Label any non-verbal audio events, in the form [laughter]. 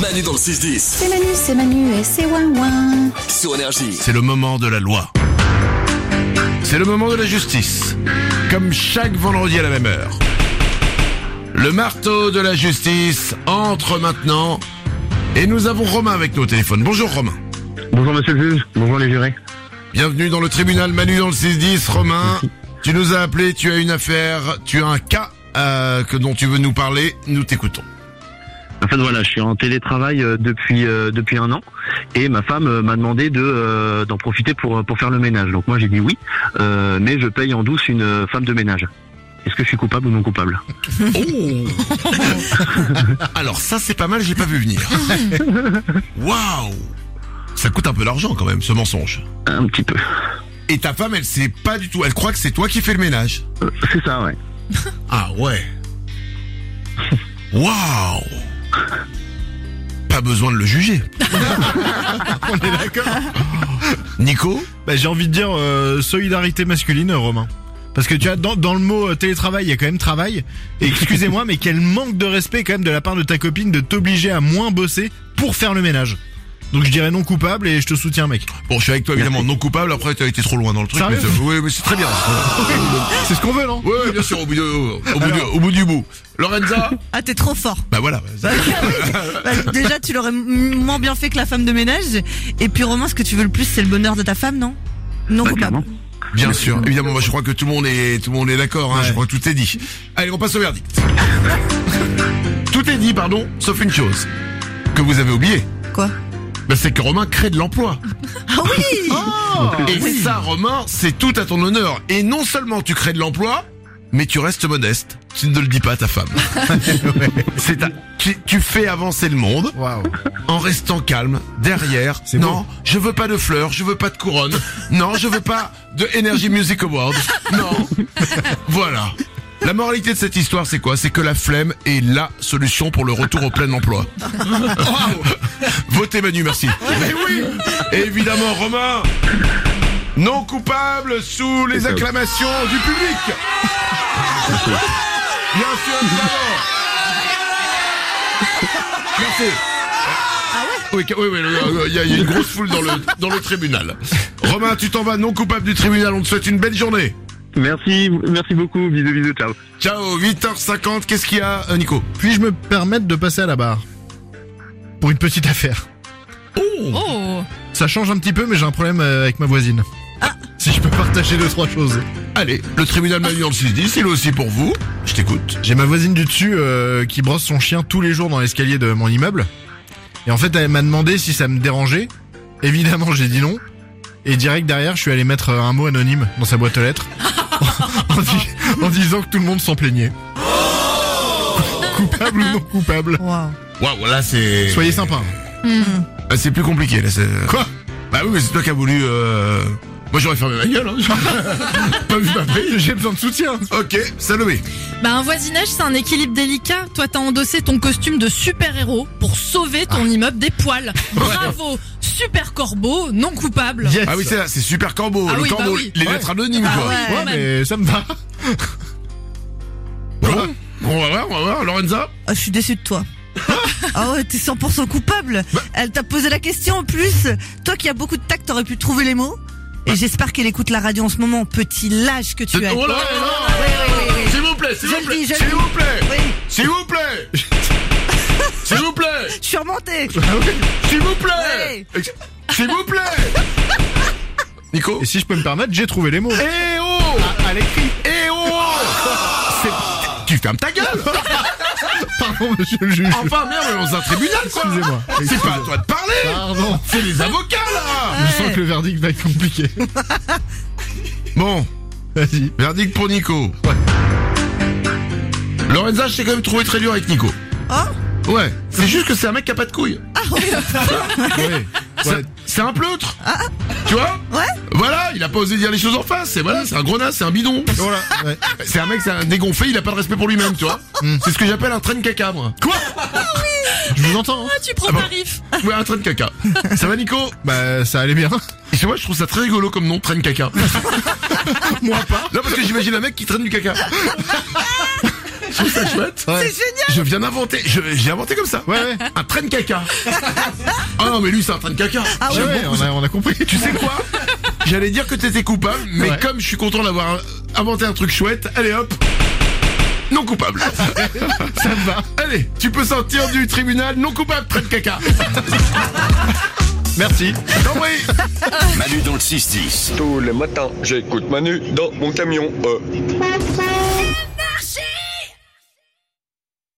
Manu dans le 6-10 C'est Manu, c'est Manu et c'est Ouin Ouin. sur énergie. C'est le moment de la loi. C'est le moment de la justice. Comme chaque vendredi à la même heure. Le marteau de la justice entre maintenant. Et nous avons Romain avec nous au téléphone. Bonjour Romain. Bonjour monsieur le juge, bonjour les jurés. Bienvenue dans le tribunal Manu dans le 6-10. Romain, tu nous as appelé, tu as une affaire, tu as un cas euh, que dont tu veux nous parler. Nous t'écoutons. En fait voilà, je suis en télétravail euh, depuis euh, depuis un an et ma femme euh, m'a demandé de euh, d'en profiter pour euh, pour faire le ménage. Donc moi j'ai dit oui, euh, mais je paye en douce une euh, femme de ménage. Est-ce que je suis coupable ou non coupable [laughs] Alors ça c'est pas mal, j'ai pas vu venir. Waouh Ça coûte un peu d'argent quand même ce mensonge. Un petit peu. Et ta femme, elle sait pas du tout. Elle croit que c'est toi qui fais le ménage. Euh, C'est ça ouais. Ah ouais. Waouh. Pas besoin de le [laughs] juger. On est d'accord. Nico, Bah, j'ai envie de dire euh, solidarité masculine, euh, Romain. Parce que tu as dans, dans le mot euh, télétravail, il y a quand même travail. Et excusez-moi, mais quel manque de respect quand même de la part de ta copine de t'obliger à moins bosser pour faire le ménage. Donc je dirais non coupable et je te soutiens, mec. bon, je suis avec toi évidemment, non coupable. Après, t'as été trop loin dans le truc. Sérieux mais c'est- oui, mais c'est très bien. C'est ce qu'on veut, non Oui, oui, bien sûr, au bout, de- au, bout de- au bout du bout. Lorenza, Ah, t'es trop fort. [laughs] bah voilà. Bah, déjà, tu l'aurais m- moins bien fait que la femme de ménage. Et puis, Romain, ce que tu veux le plus, c'est le bonheur de ta femme, non Non Bah, coupable. clairement. Bien sûr, évidemment. Moi, je crois que tout le monde est, tout le monde est d'accord. Hein, Je crois que tout est dit. Allez, on passe au verdict. tout est dit, pardon, sauf une chose que vous avez oublié. Quoi Bah, c'est que Romain crée de l'emploi. Ah [laughs] oui Et ça, Romain, c'est tout à ton honneur. Et non seulement tu crées de l'emploi, mais tu restes modeste. Tu ne le dis pas à ta femme. c'est ta- tu, tu fais avancer le monde Waouh. en restant calme derrière. C'est non, je veux pas de fleurs, je veux pas de couronne. Non, je veux pas de Energy Music Award. Non. voilà. La moralité de cette histoire, c'est quoi C'est que la flemme est la solution pour le retour au plein emploi. Votez Manu, merci. Mais oui Évidemment, Romain Non coupable sous les acclamations du public [laughs] Bien sûr, évidemment Merci oui, ca- oui, oui, le- le- il y, a- il y a une grosse foule dans le, dans le tribunal. Romain, tu t'en vas non coupable du tribunal, on te souhaite une belle journée. Merci, merci beaucoup, bisous bisous, ciao. Ciao, 8h50, qu'est-ce qu'il y a, euh, Nico Puis-je me permettre de passer à la barre Pour une petite affaire. Oh Ça change un petit peu, mais j'ai un problème euh, avec ma voisine. Si je peux partager deux, trois choses. Allez, le tribunal Manu dans le 6-10, il est aussi pour vous. Je t'écoute. J'ai ma voisine du dessus euh, qui brosse son chien tous les jours dans l'escalier de mon immeuble. Et en fait, elle m'a demandé si ça me dérangeait. Évidemment, j'ai dit non. Et direct derrière, je suis allé mettre euh, un mot anonyme dans sa boîte aux lettres en, di- en disant que tout le monde s'en plaignait. coupable ou non coupable Waouh Waouh, là c'est... Soyez sympa. Ah, C'est plus compliqué, là c'est... Quoi Bah oui, mais c'est toi qui as voulu... euh, Moi j'aurais fermé ma gueule, hein. Pas vu ma prise. J'ai besoin de soutien. Ok, Salomé. Bah un voisinage c'est un équilibre délicat. Toi t'as endossé ton costume de super-héros pour sauver ton Ah. immeuble des [laughs] poils. Bravo, super corbeau, non coupable. Yes. Ah oui, c'est là, c'est super corbeau, Ah le oui, bah corbeau, oui. les Ouais. lettres anonymes, Ah quoi. ouais. Ouais, mais ça me va. Voilà. On va voir, on va voir, Lorenza Ah, Je suis déçue de [laughs] toi. Ah ouais, t'es 100% coupable. Bah. Elle t'a posé la question en plus. Toi qui as beaucoup de tact, t'aurais pu trouver les mots. Et j'espère qu'elle écoute la radio en ce moment, petit lâche que tu C'est- es. Bah. Oh là là là là. S'il vous plaît, s'il Je vous le plaît, dis, je le s'il dis. vous plaît, Oui, s'il vous plaît, s'il vous plaît, je suis remontée. s'il vous plaît, Ouais. Ex- s'il vous plaît. Nico. Et si je peux me permettre, j'ai trouvé les mots. Eh oh, À l'écrit. eh oh. C'est- Tu fermes ta gueule. Pardon, monsieur le juge. Enfin merde, on est dans un tribunal quoi. Excusez-moi. C'est pas à toi de parler. Pardon. C'est les avocats là. Je sens que le verdict va être compliqué. [laughs] Bon, Vas-y. verdict pour Nico. Lorenza, je t'ai quand même trouvé très dur avec Nico. Ah. Oh Ouais. C'est juste que c'est un mec qui a pas de couilles. [laughs] Ouais. C'est- Ouais. C'est un pleutre Ah. Tu vois Ouais. Voilà, il a pas osé dire les choses en face. Et voilà, c'est un gros naze, c'est un bidon. Voilà. Ouais. [laughs] Hmm. C'est un mec, c'est un dégonflé, il a pas de respect pour lui-même, tu vois C'est ce que j'appelle un train de caca, moi. [laughs] Quoi Je vous entends. hein. Ah, tu prends Ah bon. ta rif. Ouais, un train de caca. Ça va, Nico Bah ça allait bien. Et c'est moi, je trouve ça très rigolo comme nom, train de caca. moi pas. Non, parce que j'imagine un mec qui traîne du caca. Je trouve ça chouette. Ouais. C'est génial. Je viens d'inventer, je- j'ai inventé comme ça. Ouais, ouais. Un train de caca. Ah non, mais lui, c'est un train de caca. Ah Ouais, J'aime ouais, beaucoup on, ça. a, on a compris. Tu sais quoi J'allais dire que t'étais coupable, mais Ouais. comme je suis content d'avoir inventé un truc chouette, allez hop Non coupable [laughs] Ça me va Allez, tu peux sortir du tribunal non coupable, train de [laughs] caca Merci. Non oui Manu dans le 6-10. Tous les matins, j'écoute Manu dans mon camion. euh.